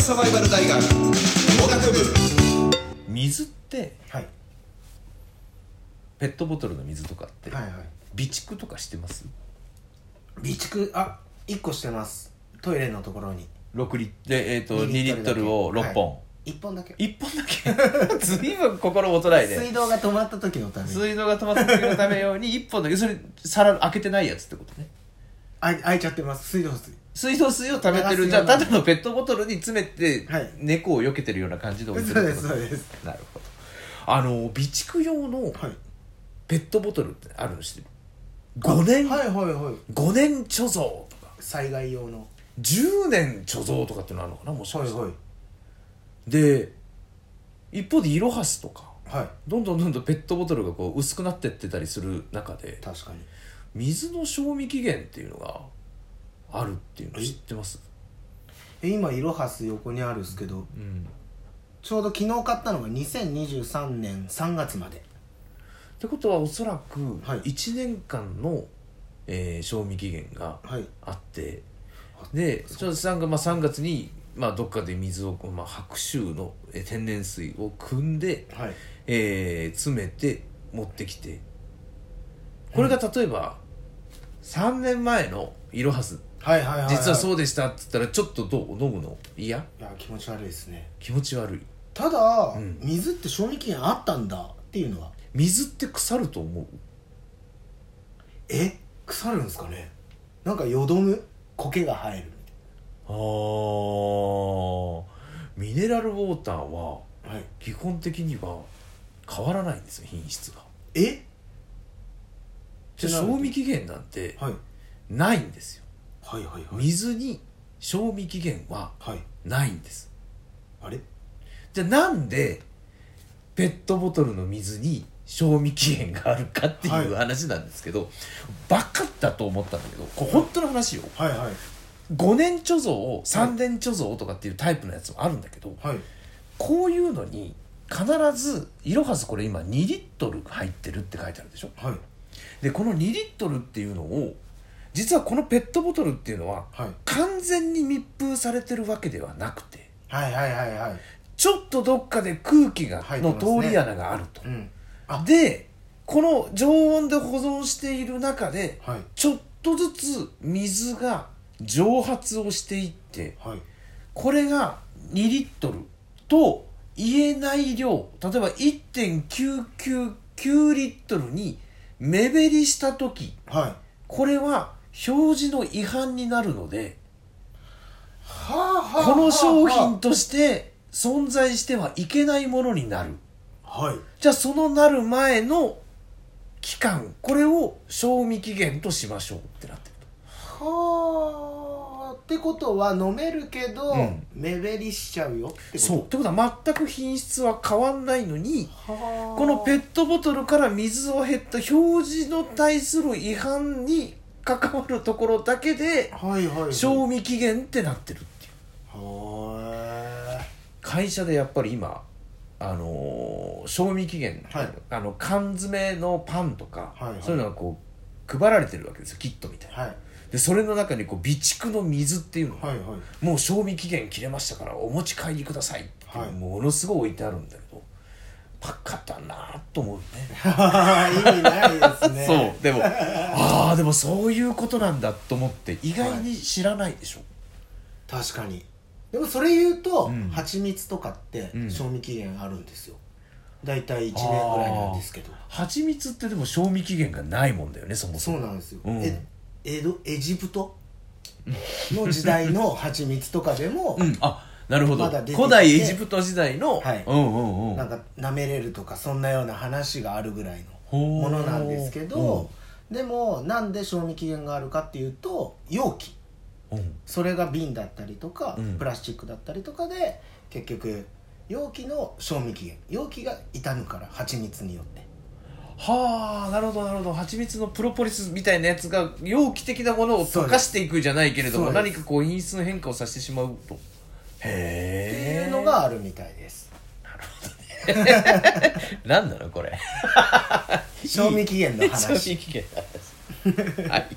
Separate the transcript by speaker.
Speaker 1: サバイバル大学農学部
Speaker 2: 水って
Speaker 3: はい
Speaker 2: ペットボトルの水とかって、
Speaker 3: はいはい
Speaker 2: 備蓄とかしてます
Speaker 3: 備蓄あ一1個してますトイレのところに
Speaker 2: 6リットルえっ、と2
Speaker 3: 2
Speaker 2: リ
Speaker 3: リ
Speaker 2: ッ
Speaker 3: ッ
Speaker 2: ト
Speaker 3: ト
Speaker 2: ル
Speaker 3: ル
Speaker 2: を6本、
Speaker 3: 1本だけ
Speaker 2: 1本だけ 随分心もとないね
Speaker 3: 水道が止まった時のために
Speaker 2: 水道が止まった時のため用に1本だけそれ皿開けてないやつってことね
Speaker 3: あ開いちゃってます水道水
Speaker 2: 水道水を溜めてる
Speaker 3: 流すような
Speaker 2: じゃあただのペットボトルに詰めて、
Speaker 3: はい
Speaker 2: 猫を避けてるような感じで置いて
Speaker 3: そう
Speaker 2: るって
Speaker 3: で
Speaker 2: こ
Speaker 3: す
Speaker 2: と
Speaker 3: そうです
Speaker 2: なるほどあの備蓄用の
Speaker 3: はい
Speaker 2: ペットボトルってあるの知ってる5年、
Speaker 3: はいはいはい
Speaker 2: 5年貯蔵とか
Speaker 3: 災害用の
Speaker 2: 10年貯蔵とかってのあるのかなもし
Speaker 3: は
Speaker 2: か
Speaker 3: い
Speaker 2: して、
Speaker 3: はい
Speaker 2: で一方でイロハスとか
Speaker 3: は
Speaker 2: どんどんどんどんペットボトルがこう薄くなってってたりする中で
Speaker 3: い確かに
Speaker 2: 水の賞味期限っていうのがあるっていうの知ってます、
Speaker 3: え今イロハス横にあるんですけど
Speaker 2: うん、
Speaker 3: ちょうど昨日買ったのが2023年3月まで
Speaker 2: ってことはおそらく
Speaker 3: はい
Speaker 2: 1年間の、えー賞味期限が
Speaker 3: はい
Speaker 2: あってでちょうどさんが、まあ、3月に、まあ、どっかで水を、まあ、白州のえー天然水を汲んで、
Speaker 3: はい
Speaker 2: えー詰めて持ってきてこれが例えば、3年前のイロハス
Speaker 3: はいはいはいい
Speaker 2: 実はそううでしたって言ったらちょっとどう飲むのいや
Speaker 3: いや気持ち悪いですね
Speaker 2: 気持ち悪い
Speaker 3: ただ、
Speaker 2: うん
Speaker 3: 水って賞味期限あったんだっていうのは
Speaker 2: 水って腐ると思う
Speaker 3: え腐るんですかねなんかよどむ苔が生えるみ
Speaker 2: あーミネラルウォーターは
Speaker 3: たいなはい
Speaker 2: 基本的には変わらないんですよ品質が
Speaker 3: え
Speaker 2: で
Speaker 3: ってなると
Speaker 2: 賞味期限なんて
Speaker 3: はい
Speaker 2: ないんですよ
Speaker 3: はいはいはい
Speaker 2: 水に賞味期限は
Speaker 3: はい
Speaker 2: ないんです
Speaker 3: あれ
Speaker 2: じゃあなんでペットボトルの水に賞味期限があるかっていう
Speaker 3: は
Speaker 2: 話なんですけど、バカだと思ったんだけどこれ本当の話よ
Speaker 3: はいはい
Speaker 2: 5年貯蔵3年貯蔵とかっていうタイプのやつもあるんだけど、
Speaker 3: はい
Speaker 2: こういうのに必ずいろはずこれ今2リットル入ってるって書いてあるでしょ
Speaker 3: はい
Speaker 2: でこの2リットルっていうのを実はこのペットボトルっていうのは
Speaker 3: はい
Speaker 2: 完全に密封されてるわけではなくて
Speaker 3: はいはいはいはい
Speaker 2: ちょっとどっかで空気が
Speaker 3: 入って
Speaker 2: の
Speaker 3: ますね
Speaker 2: 通り穴があると、
Speaker 3: うんあ
Speaker 2: でこの常温で保存している中で
Speaker 3: はい
Speaker 2: ちょっとずつ水が蒸発をしていって
Speaker 3: はい
Speaker 2: これが2リットルと言えない量例えば1.999リットルに目減りした時
Speaker 3: はい
Speaker 2: これは表示の違反になるので
Speaker 3: はあは
Speaker 2: この商品として存在してはいけないものになる
Speaker 3: はい
Speaker 2: じゃあそのなる前の期間これを賞味期限としましょうってなってる
Speaker 3: はあってことは飲めるけど、
Speaker 2: うん
Speaker 3: 目減りしちゃうよってこ
Speaker 2: と
Speaker 3: と
Speaker 2: そうってことは全く品質は変わんないのに
Speaker 3: はあ
Speaker 2: このペットボトルから水を減った表示の対する違反に関わるところだけで
Speaker 3: はいはいはい
Speaker 2: 賞味期限ってなってるっていう
Speaker 3: は
Speaker 2: 会社でやっぱり今あのー賞味期限、
Speaker 3: はい
Speaker 2: あの缶詰のパンとか、
Speaker 3: はいはい
Speaker 2: そういうのがこう配られてるわけですよキットみたい
Speaker 3: い
Speaker 2: な
Speaker 3: はい
Speaker 2: でそれの中にこう備蓄の水っていうのが、
Speaker 3: はいはい
Speaker 2: もう賞味期限切れましたからお持ち帰りくださいって、
Speaker 3: はい
Speaker 2: ものすごい置いてあるんだけどバカだなと思うね
Speaker 3: 意味ないですね
Speaker 2: そうでもああでもそういうことなんだと思って意外に知らないでしょ、
Speaker 3: 確かにでもそれ言うと、
Speaker 2: うん
Speaker 3: 蜂蜜とかって
Speaker 2: うん
Speaker 3: 賞味期限あるんですよ大体1年ぐらいなんですけど
Speaker 2: 蜂蜜ってでも賞味期限がないもんだよねそもそ
Speaker 3: そ
Speaker 2: も
Speaker 3: うなんですよ、
Speaker 2: うん
Speaker 3: え江戸エジプトの時代の蜂蜜とかでも、
Speaker 2: うんあなるほど、
Speaker 3: まだ出てきて
Speaker 2: 古代エジプト時代の、
Speaker 3: はい
Speaker 2: うんうんうん
Speaker 3: なんか舐めれるとかそんなような話があるぐらいの
Speaker 2: ほー
Speaker 3: ものなんですけど、でもなんで賞味期限があるかっていうと容器
Speaker 2: うんうん
Speaker 3: それが瓶だったりとか、
Speaker 2: うん
Speaker 3: プラスチックだったりとかで結局容器の賞味期限容器が傷むから蜂蜜によって
Speaker 2: はあなるほどなるほど蜂蜜のプロポリスみたいなやつが容器的なものを溶かしていくじゃないけれども
Speaker 3: そうで
Speaker 2: 何
Speaker 3: す
Speaker 2: かこう品質の変化をさせてしまうと
Speaker 3: って
Speaker 2: へえ
Speaker 3: いうのがあるみたいです
Speaker 2: 何なのこれ
Speaker 3: 賞味期限の話
Speaker 2: 賞 味期限の話はい